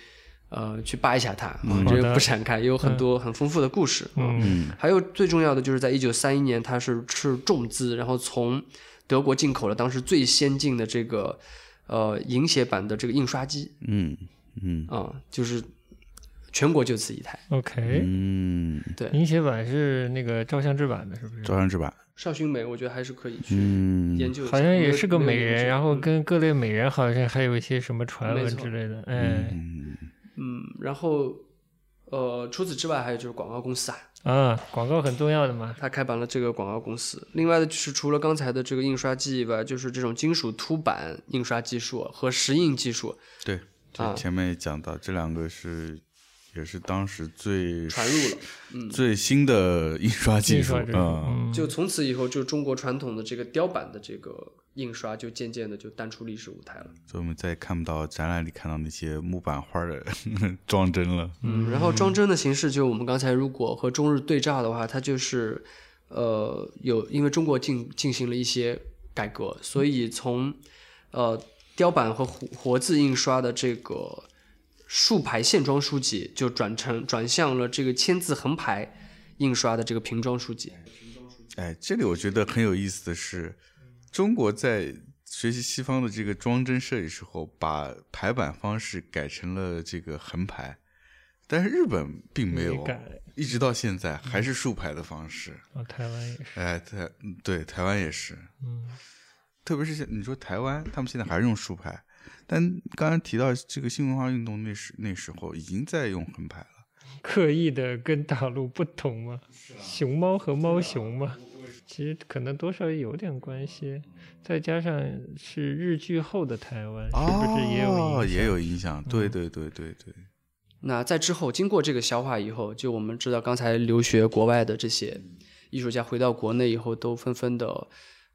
Speaker 1: 呃去扒一下他，我们
Speaker 3: 嗯好
Speaker 1: 这
Speaker 3: 的
Speaker 1: 个不展开，也有很多很丰富的故事。
Speaker 3: 嗯
Speaker 2: 嗯
Speaker 1: 还有最重要的就是在一九三一年，它是是重资，然后从德国进口了当时最先进的这个呃银写版的这个印刷机
Speaker 2: 嗯嗯
Speaker 1: 啊、就是全国就此一台。
Speaker 3: OK，
Speaker 2: 嗯，
Speaker 1: 对
Speaker 3: 银写版是那个照相制版的，是不是？
Speaker 2: 照相制版，
Speaker 1: 邵洵美，我觉得还是可以去
Speaker 2: 嗯，
Speaker 1: 研究一下，
Speaker 3: 好像也是个
Speaker 1: 没
Speaker 3: 美
Speaker 1: 有研
Speaker 3: 人，
Speaker 1: 究
Speaker 3: 然后
Speaker 1: 嗯
Speaker 3: 跟各类美人好像还有一些什么传
Speaker 1: 没
Speaker 3: 闻
Speaker 1: 错
Speaker 3: 之类的，哎，
Speaker 2: 嗯
Speaker 1: 嗯，然后呃，除此之外还有就是广告公司啊，
Speaker 3: 啊，广告很重要的嘛，
Speaker 1: 他开办了这个广告公司。另外的就是除了刚才的这个印刷技以外，就是这种金属凸版印刷技术和石印技术
Speaker 2: 对，这
Speaker 1: 啊
Speaker 2: 前面也讲到，这两个是也是当时最
Speaker 1: 传入了。嗯，
Speaker 2: 最新的印刷技
Speaker 3: 印
Speaker 2: 术
Speaker 3: 刷这种，
Speaker 2: 嗯
Speaker 3: 嗯，
Speaker 1: 就从此以后，就中国传统的这个雕版的这个印刷，就渐渐的就淡出历史舞台了。
Speaker 2: 所以我们再也看不到展览里看到那些木板花的 装帧了。
Speaker 1: 嗯，然后装帧的形式，就我们刚才如果和中日对照的话，它就是，呃，有因为中国进进行了一些改革，所以从，呃，雕版和活活字印刷的这个竖排线装书籍，就转成转向了这个签字横排印刷的这个平装书籍。
Speaker 2: 哎，这里我觉得很有意思的是，
Speaker 3: 嗯
Speaker 2: 中国在学习西方的这个装帧设计时候，把排版方式改成了这个横排，但是日本并没有
Speaker 3: 改，嗯
Speaker 2: 一直到现在还是竖排的方式。
Speaker 3: 啊，台湾也是，
Speaker 2: 哎，台对台湾也是，
Speaker 3: 嗯
Speaker 2: 特别是像你说台湾，他们现在还是用竖排，但刚刚提到这个新文化运动那时那时候已经在用横排了。
Speaker 3: 刻意的跟大陆不同嘛，熊猫和猫熊嘛，其实可能多少有点关系，再加上是日剧后的台湾，是不是也有
Speaker 2: 哦
Speaker 3: 影响？嗯
Speaker 2: 也有影响？对对对对对，
Speaker 1: 那在之后，经过这个消化以后，就我们知道，刚才留学国外的这些艺术家回到国内以后，都纷纷的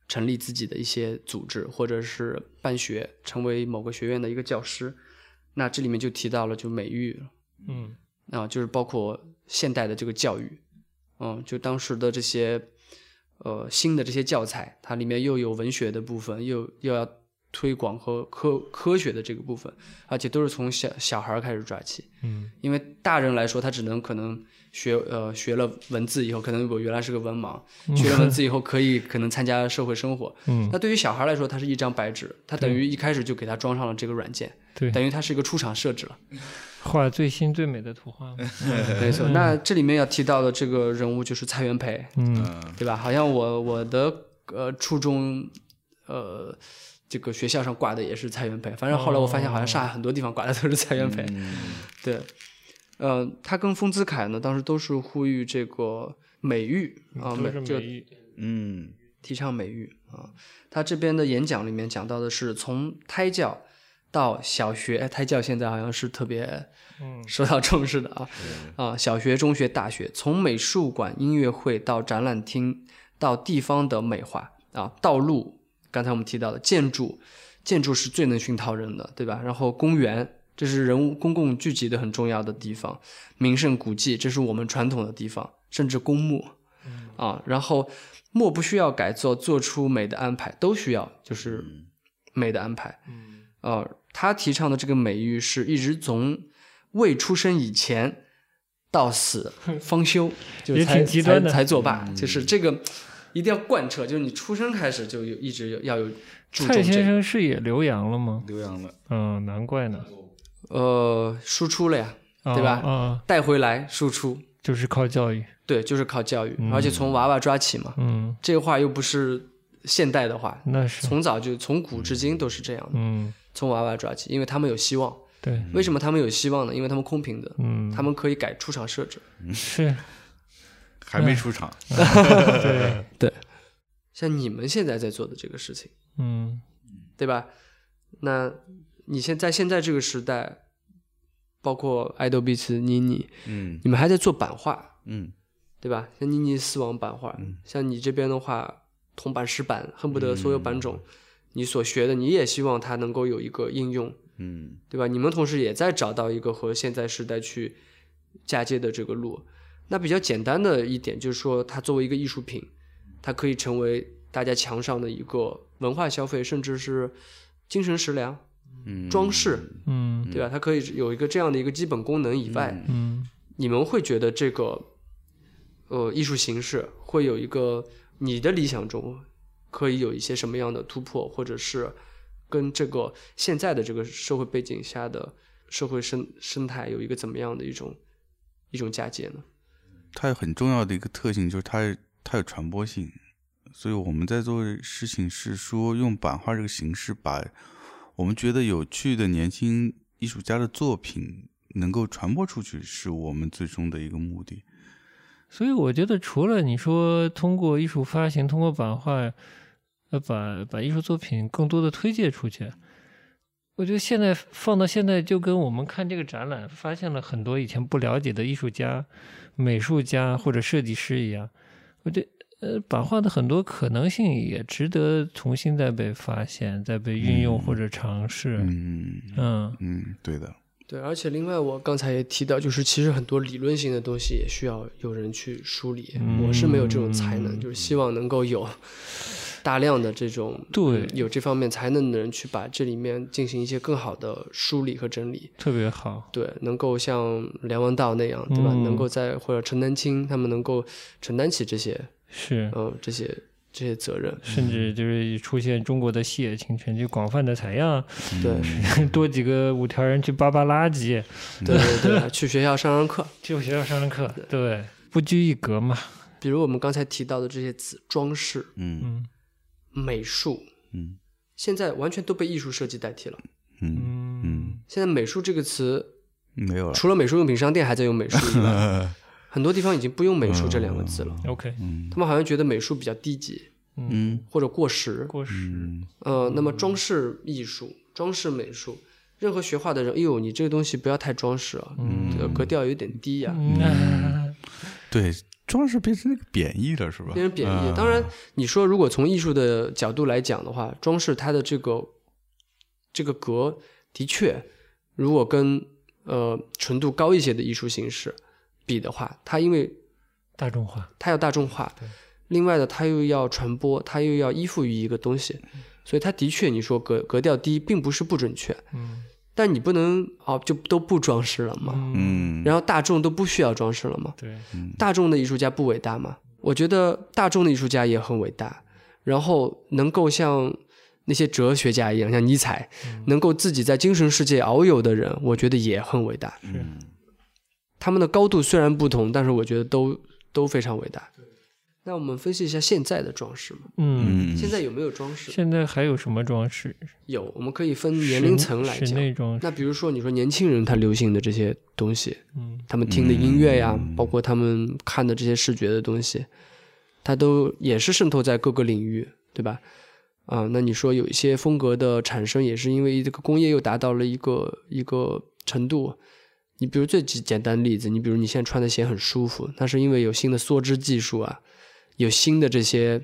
Speaker 1: 成立自己的一些组织，或者是办学，成为某个学院的一个教师。那这里面就提到了，就美育
Speaker 3: 嗯
Speaker 1: 啊，就是包括现代的这个教育，嗯，就当时的这些呃新的这些教材，它里面又有文学的部分，又又要推广和科科学的这个部分，而且都是从小小孩儿开始抓起。
Speaker 3: 嗯
Speaker 1: 因为大人来说，他只能可能学呃学了文字以后，可能我原来是个文盲，学了文字以后可以可能参加社会生活。
Speaker 3: 嗯
Speaker 1: 那，对于小孩来说，他是一张白纸，他等于一开始就给他装上了这个软件，
Speaker 3: 对，
Speaker 1: 等于他是一个出厂设置了。
Speaker 3: 画最新最美的图画嘛，
Speaker 1: 没错，那这里面要提到的这个人物就是蔡元培，
Speaker 3: 嗯
Speaker 2: 嗯
Speaker 1: 对吧？好像我我的呃初中呃这个学校上挂的也是蔡元培，反正后来我发现好
Speaker 3: 哦
Speaker 1: 像上海很多地方挂的都是蔡元培。
Speaker 2: 嗯
Speaker 1: 对，呃，他跟丰子恺呢，当时都是呼吁这个美育啊，
Speaker 3: 嗯都
Speaker 1: 美
Speaker 3: 是
Speaker 1: 这
Speaker 3: 美
Speaker 1: 个
Speaker 3: 育，
Speaker 2: 嗯
Speaker 1: 提倡美育啊。他这边的演讲里面讲到的是从胎教到小学，哎胎教现在好像是特别
Speaker 3: 嗯
Speaker 1: 受到重视的啊啊，小学、中学、大学，从美术馆、音乐会到展览厅，到地方的美化啊，道路，刚才我们提到的建筑，建筑是最能熏陶人的，对吧？然后公园，这是人物公共聚集的很重要的地方，名胜古迹，这是我们传统的地方，甚至公墓。啊，然后莫不需要改造，做出美的安排，都需要，就是美的安排。
Speaker 3: 嗯
Speaker 1: 呃，他提倡的这个美育是一直从未出生以前到 死方休，就
Speaker 3: 也
Speaker 1: 才
Speaker 3: 挺极端的
Speaker 1: 才才作
Speaker 3: 嗯
Speaker 1: 罢，就是这个一定要贯彻，就是你出生开始就有一直要有注重
Speaker 3: 蔡
Speaker 1: 这
Speaker 3: 先
Speaker 1: 个
Speaker 3: 生是也留洋了吗？
Speaker 2: 留洋了，
Speaker 3: 嗯，难怪呢，
Speaker 1: 呃输出了呀，
Speaker 3: 啊
Speaker 1: 对吧
Speaker 3: 啊，
Speaker 1: 带回来输出，
Speaker 3: 就是靠教育，
Speaker 1: 对，就是靠教育，而且从娃娃抓起嘛，
Speaker 3: 嗯，
Speaker 1: 这话又不是现代的话，
Speaker 3: 那是，
Speaker 1: 从早就从古至今都是这样的，
Speaker 3: 嗯，
Speaker 1: 从娃娃抓起，因为他们有希望。
Speaker 3: 对，
Speaker 1: 为什么他们有希望呢？因为他们空瓶子，
Speaker 3: 嗯，
Speaker 1: 他们可以改出厂设置。
Speaker 3: 是，
Speaker 2: 还没出场。
Speaker 3: 对，
Speaker 1: 像你们现在在做的这个事情，
Speaker 3: 嗯，
Speaker 1: 对吧？那你现在现在这个时代，包括爱豆彼此妮妮，
Speaker 2: 嗯
Speaker 1: 你们还在做版画，
Speaker 2: 嗯，
Speaker 1: 对吧？像妮妮丝网版画，
Speaker 2: 嗯
Speaker 1: 像你这边的话，铜版、石版，恨不得所有版种，你所学的，你也希望它能够有一个应用，
Speaker 2: 嗯
Speaker 1: 对吧？你们同时也在找到一个和现在时代去嫁接的这个路。那比较简单的一点就是说，它作为一个艺术品，它可以成为大家墙上的一个文化消费，甚至是精神食粮，
Speaker 2: 嗯，
Speaker 1: 装饰，
Speaker 3: 嗯，
Speaker 1: 对吧？它可以有一个这样的一个基本功能以外，
Speaker 2: 嗯
Speaker 3: 嗯，
Speaker 1: 你们会觉得这个呃艺术形式会有一个你的理想中可以有一些什么样的突破，或者是跟这个现在的这个社会背景下的社会生生态有一个怎么样的一种一种嫁接呢？
Speaker 2: 它有很重要的一个特性就是它它有传播性，所以我们在做的事情是说用版画这个形式，把我们觉得有趣的年轻艺术家的作品能够传播出去，是我们最终的一个目的。
Speaker 3: 所以我觉得，除了你说通过艺术发行、通过版画，呃，把把艺术作品更多的推介出去，我觉得现在放到现在，就跟我们看这个展览，发现了很多以前不了解的艺术家、美术家或者设计师一样，我觉得。呃，版画的很多可能性也值得重新再被发现、再被运用
Speaker 2: 嗯
Speaker 3: 或者尝试。
Speaker 2: 嗯
Speaker 3: 嗯
Speaker 2: 嗯，对的，
Speaker 1: 对，而且另外我刚才也提到，就是其实很多理论性的东西也需要有人去梳理，我是没有这种才能，就是希望能够有大量的这种
Speaker 3: 对
Speaker 1: 嗯有这方面才能的人去把这里面进行一些更好的梳理和整理。
Speaker 3: 特别好。
Speaker 1: 对，能够像梁文道那样，对吧？
Speaker 3: 嗯
Speaker 1: 能够在或者陈丹青他们能够承担起这些，
Speaker 3: 是，
Speaker 1: 嗯，这些这些责任。
Speaker 3: 甚至就是出现中国的戏野清泉，就广泛的采样，
Speaker 1: 对，
Speaker 3: 多几个五条人去扒扒垃圾，
Speaker 1: 对对对，去学校上上课，
Speaker 3: 去学校上上课，对，不拘一格嘛，
Speaker 1: 比如我们刚才提到的这些词，装饰、
Speaker 2: 嗯
Speaker 3: 嗯
Speaker 1: 美术，
Speaker 2: 嗯
Speaker 1: 现在完全都被艺术设计代替了。
Speaker 2: 嗯，
Speaker 3: 嗯
Speaker 1: 现在美术这个词，
Speaker 2: 没有了。
Speaker 1: 除了美术用品商店还在用美术以外， 很多地方已经不用美术这两个字了。
Speaker 3: ，OK，
Speaker 2: 嗯
Speaker 1: 他们好像觉得美术比较低级
Speaker 3: 嗯，
Speaker 2: 嗯
Speaker 1: 或者过时。
Speaker 3: 过时，
Speaker 2: 嗯
Speaker 1: 呃，那么装饰艺术、装饰美术，任何学画的人，哎呦，你这个东西不要太装饰啊，这个格调有点低呀、
Speaker 3: 嗯啊
Speaker 2: 对，装饰变成那个贬义了，是吧？
Speaker 1: 令人贬义。
Speaker 2: 嗯
Speaker 1: 当然，你说如果从艺术的角度来讲的话，装饰它的这个这个格的确，如果跟呃纯度高一些的艺术形式比的话，它因为
Speaker 3: 大众化，
Speaker 1: 它要大众化，另外呢，它又要传播，它又要依附于一个东西，
Speaker 3: 嗯
Speaker 1: 所以它的确你说格格调低并不是不准确，
Speaker 3: 嗯
Speaker 1: 但你不能哦就都不装饰了嘛，
Speaker 3: 嗯，
Speaker 2: 嗯，
Speaker 1: 然后大众都不需要装饰了嘛，
Speaker 3: 对，
Speaker 1: 大众的艺术家不伟大吗？我觉得大众的艺术家也很伟大，然后能够像那些哲学家一样，像尼采，能够自己在精神世界遨游的人，我觉得也很伟大。
Speaker 3: 是
Speaker 1: 他们的高度虽然不同，但是我觉得都都非常伟大。那我们分析一下现在的装饰嘛，
Speaker 3: 嗯，
Speaker 2: 嗯
Speaker 1: 现在有没有装饰？
Speaker 3: 现在还有什么装饰？
Speaker 1: 有，我们可以分年龄层来
Speaker 3: 室
Speaker 1: 讲。
Speaker 3: 内装饰，
Speaker 1: 那比如说，你说年轻人他流行的这些东西，
Speaker 3: 嗯
Speaker 1: 他们听的音乐呀，包括他们看的这些视觉的东西，它都也是渗透在各个领域，对吧？啊，那你说有一些风格的产生，也是因为这个工业又达到了一个一个程度。你比如最简简单的例子，你比如你现在穿的鞋很舒服，那是因为有新的梭织技术啊，有新的这些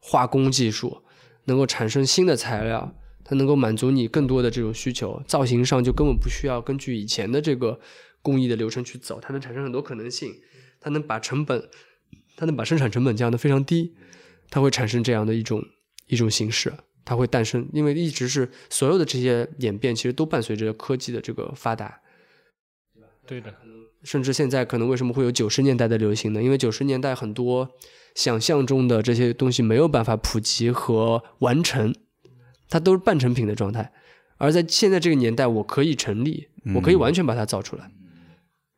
Speaker 1: 化工技术，能够产生新的材料，它能够满足你更多的这种需求。造型上就根本不需要根据以前的这个工艺的流程去走，它能产生很多可能性，它能把成本它能把生产成本降得非常低，它会产生这样的一种一种形式，它会诞生，因为一直是所有的这些演变，其实都伴随着科技的这个发达，
Speaker 3: 对的，
Speaker 1: 甚至现在可能为什么会有九十年代的流行呢？因为九十年代很多想象中的这些东西没有办法普及和完成，它都是半成品的状态。而在现在这个年代，我可以成立，我可以完全把它造出来。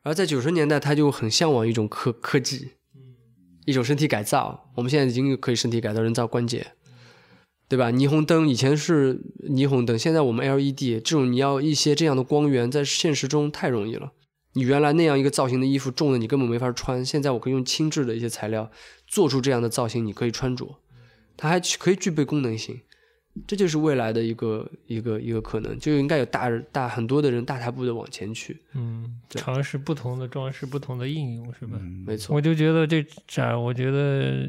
Speaker 1: 而在九十年代，他就很向往一种科科技，一种身体改造。我们现在已经可以身体改造人造关节，对吧？霓虹灯以前是霓虹灯，现在我们 LED 这种，你要一些这样的光源，在现实中太容易了。你原来那样一个造型的衣服重的你根本没法穿，现在我可以用轻质的一些材料做出这样的造型，你可以穿着，它还具可以具备功能性，这就是未来的一个一个一个可能，就应该有大大很多的人大踏步的往前去，
Speaker 3: 嗯，
Speaker 1: 对
Speaker 3: 尝试不同的装饰、不同的应用，是吧？
Speaker 2: 嗯，
Speaker 1: 没错。
Speaker 3: 我就觉得这展，我觉得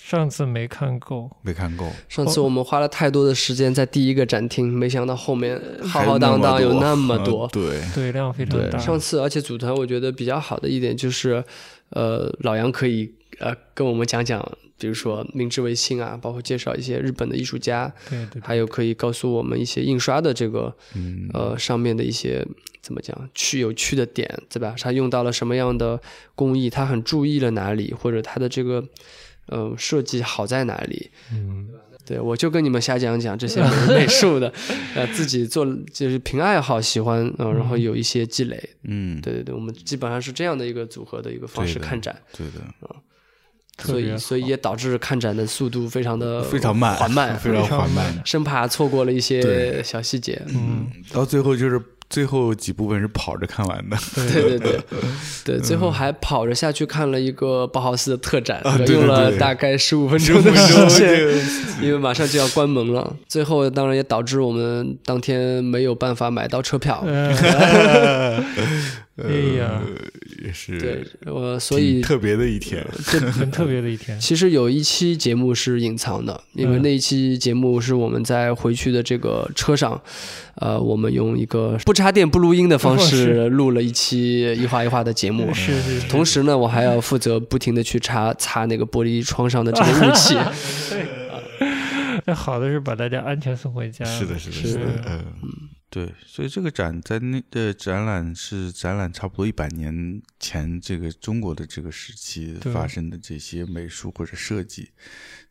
Speaker 3: 上次没看够，
Speaker 2: 没看够，
Speaker 1: 上次我们花了太多的时间在第一个展厅，没想到后面浩浩荡荡
Speaker 2: 还
Speaker 1: 呃有那么
Speaker 2: 啊
Speaker 1: 多。
Speaker 2: 对，
Speaker 3: 对量非常
Speaker 2: 对
Speaker 3: 大。
Speaker 1: 上次而且组团我觉得比较好的一点就是，呃，老杨可以呃跟我们讲讲，比如说明治维新啊，包括介绍一些日本的艺术家，
Speaker 3: 对对
Speaker 1: 还有可以告诉我们一些印刷的这个
Speaker 2: 嗯，
Speaker 1: 呃上面的一些怎么讲趣有趣的点，对吧？他用到了什么样的工艺，他很注意了哪里，或者他的这个呃设计好在哪里？
Speaker 3: 嗯，
Speaker 1: 对我就跟你们瞎讲讲这 些美术的，呃，自己做就是凭爱好喜欢，嗯、然后有一些积累。
Speaker 2: 嗯，
Speaker 1: 对对对，我们基本上是这样的一个组合的一个方
Speaker 2: 对
Speaker 1: 式
Speaker 2: 的
Speaker 1: 看展，
Speaker 2: 对的，
Speaker 3: 特
Speaker 1: 所
Speaker 3: 别
Speaker 1: 以所以也导致看展的速度非常的
Speaker 2: 呃非常慢，
Speaker 1: 缓慢，
Speaker 2: 非常
Speaker 3: 非常
Speaker 2: 缓
Speaker 3: 慢
Speaker 2: 慢。
Speaker 1: 生怕错过了一些
Speaker 2: 对
Speaker 1: 小细节。
Speaker 3: 嗯，
Speaker 2: 到最后就是最后几部分是跑着看 完的，
Speaker 1: 对对
Speaker 3: 对
Speaker 1: 对，对，最后还跑着下去看了一个包豪斯的特展，
Speaker 2: 啊对对
Speaker 1: 用了
Speaker 2: 对
Speaker 1: 大概十五分钟的时 间，因为马上就要关门了。最后当然也导致我们当天没有办法买到车票。
Speaker 3: 嗯，哎呀，
Speaker 2: 呃嗯也是
Speaker 1: 对，呃，所
Speaker 2: 挺
Speaker 1: 以呃
Speaker 2: 特别的一天，
Speaker 3: 很特别的一天。
Speaker 1: 其实有一期节目是隐藏的，因
Speaker 2: 嗯
Speaker 1: 为那一期节目是我们在回去的这个车上，呃，我们用一个不插电不录音的方
Speaker 3: 方式
Speaker 1: 式录了一期一画一画的节目。
Speaker 3: 是是是，
Speaker 1: 同时呢，我还要负责不停的去擦擦那个玻璃窗上的这个雾气。
Speaker 3: 那好的是把大家安全送回家。
Speaker 2: 是的，是的，
Speaker 1: 是
Speaker 2: 是的，嗯，对，所以这个展在那的展览是展览差不多一百年前这个中国的这个时期
Speaker 3: 对
Speaker 2: 发生的这些美术或者设计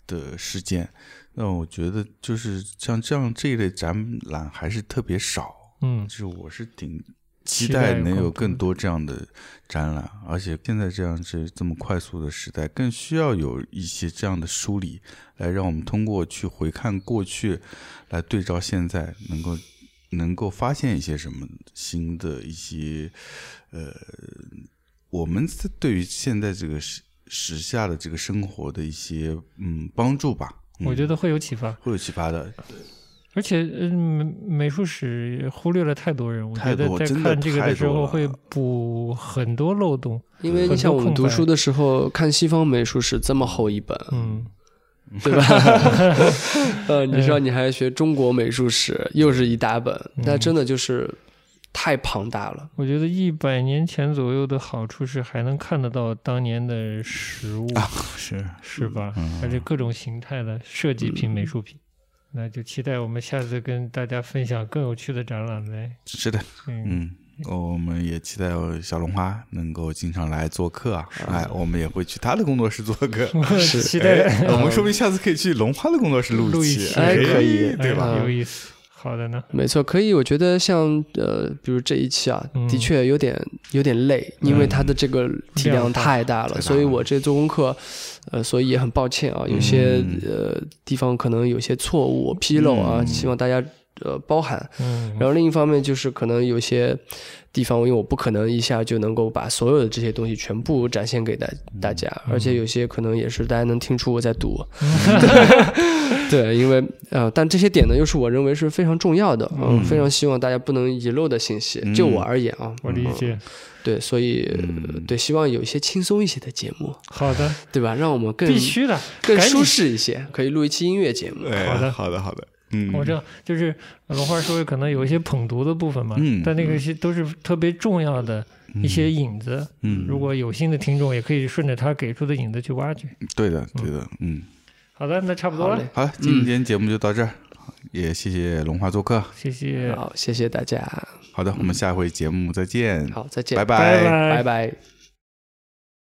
Speaker 2: 的事件。那我觉得就是像这样这一类展览还是特别少，
Speaker 3: 嗯，
Speaker 2: 就是我是挺期
Speaker 3: 期待
Speaker 2: 待能
Speaker 3: 有
Speaker 2: 有
Speaker 3: 更
Speaker 2: 更多这样的展览，而且现在这样是这么快速的时代，更需要有一些这样的梳理，来让我们通过去回看过去，来对照现在，能够能够发现一些什么新的一些呃，我们自对于现在这个时时下的这个生活的一些嗯帮助吧。
Speaker 3: 我觉
Speaker 2: 得
Speaker 3: 得会有启发。
Speaker 2: 会有启发的，
Speaker 3: 而且，嗯，美美术史也忽略了太多人，我觉
Speaker 2: 太
Speaker 3: 得
Speaker 2: 多
Speaker 3: 在
Speaker 2: 真的
Speaker 3: 看这个
Speaker 2: 太
Speaker 3: 的时
Speaker 2: 多
Speaker 3: 候
Speaker 2: 了
Speaker 3: 会补很多漏洞。
Speaker 1: 因为你
Speaker 3: 很
Speaker 1: 像
Speaker 3: 多
Speaker 1: 我们
Speaker 3: 空
Speaker 1: 读
Speaker 3: 白
Speaker 1: 书的时候看西方美术史这么厚一本，
Speaker 3: 嗯，
Speaker 1: 对吧？呃，你说你还学中国美术史，又是一大本，那真的就是太庞大了。
Speaker 3: 我觉得一百年前左右的好处是还能看得到当年的实物，
Speaker 2: 啊是
Speaker 3: 是吧？
Speaker 2: 嗯
Speaker 3: 而且各种形态的设计品、美术品。那就期待我们下次跟大家分享更有趣的展览呗。
Speaker 2: 是的，
Speaker 3: 嗯，
Speaker 2: 嗯，我们也期待小龙花能够经常来做客啊！哎，我们也会去他的工作室做 客。
Speaker 1: 是
Speaker 3: 期待哎
Speaker 2: 我们说不定下次可以去龙花的工作室
Speaker 3: 录
Speaker 2: 一
Speaker 3: 一
Speaker 2: 期，
Speaker 3: 期
Speaker 1: 哎可以
Speaker 2: 对吧？
Speaker 3: 哎有意思。好的呢，
Speaker 1: 没错，可以，我觉得像呃，比如这一期啊，
Speaker 3: 嗯
Speaker 1: 的确有点有点累，因为它的这个体量太大了，
Speaker 2: 大
Speaker 1: 所以我这做功课，呃，所以也很抱歉啊，有些、呃地方可能有些错误纰漏啊，
Speaker 2: 嗯
Speaker 1: 希望大家呃包涵。
Speaker 3: 嗯，
Speaker 1: 然后另一方面就是可能有些地方，因为我不可能一下就能够把所有的这些东西全部展现给大
Speaker 3: 嗯
Speaker 1: 大家，而且有些可能也是大家能听出我在 读，对，因为呃，但这些点呢，又是我认为是非常重要的，嗯，非常希望大家不能遗漏的信息。
Speaker 3: 嗯
Speaker 1: 就我而言啊，
Speaker 3: 我理
Speaker 2: 嗯
Speaker 3: 解。
Speaker 1: 对，所以、
Speaker 3: 嗯
Speaker 1: 呃对，希望有一些轻松一些的节目，
Speaker 3: 好的，
Speaker 1: 对吧？让我们更
Speaker 3: 必须的，
Speaker 1: 更
Speaker 3: 赶紧嗯
Speaker 1: 舒适一些，可以录一期音乐节目。
Speaker 2: 哎
Speaker 3: 好的
Speaker 2: 好的，好的。嗯，
Speaker 3: 我知道，就是龙花说可能有一些捧读的部分嘛，
Speaker 2: 嗯
Speaker 3: 但那个是都是特别重要的一些影子。
Speaker 2: 嗯
Speaker 3: 如果有心的听众，也可以顺着他给出的影子去挖掘。
Speaker 2: 对的，对的，嗯，
Speaker 3: 好的，那差不多
Speaker 1: 好
Speaker 3: 了
Speaker 1: 嘞，
Speaker 2: 好了，今天节目就到这儿，也谢谢龙华做客。
Speaker 3: 谢谢，
Speaker 1: 好，谢谢大家，
Speaker 2: 好的，我们下回节目再见，
Speaker 1: 好，再见，
Speaker 2: 拜
Speaker 3: 拜
Speaker 2: 拜
Speaker 1: 拜拜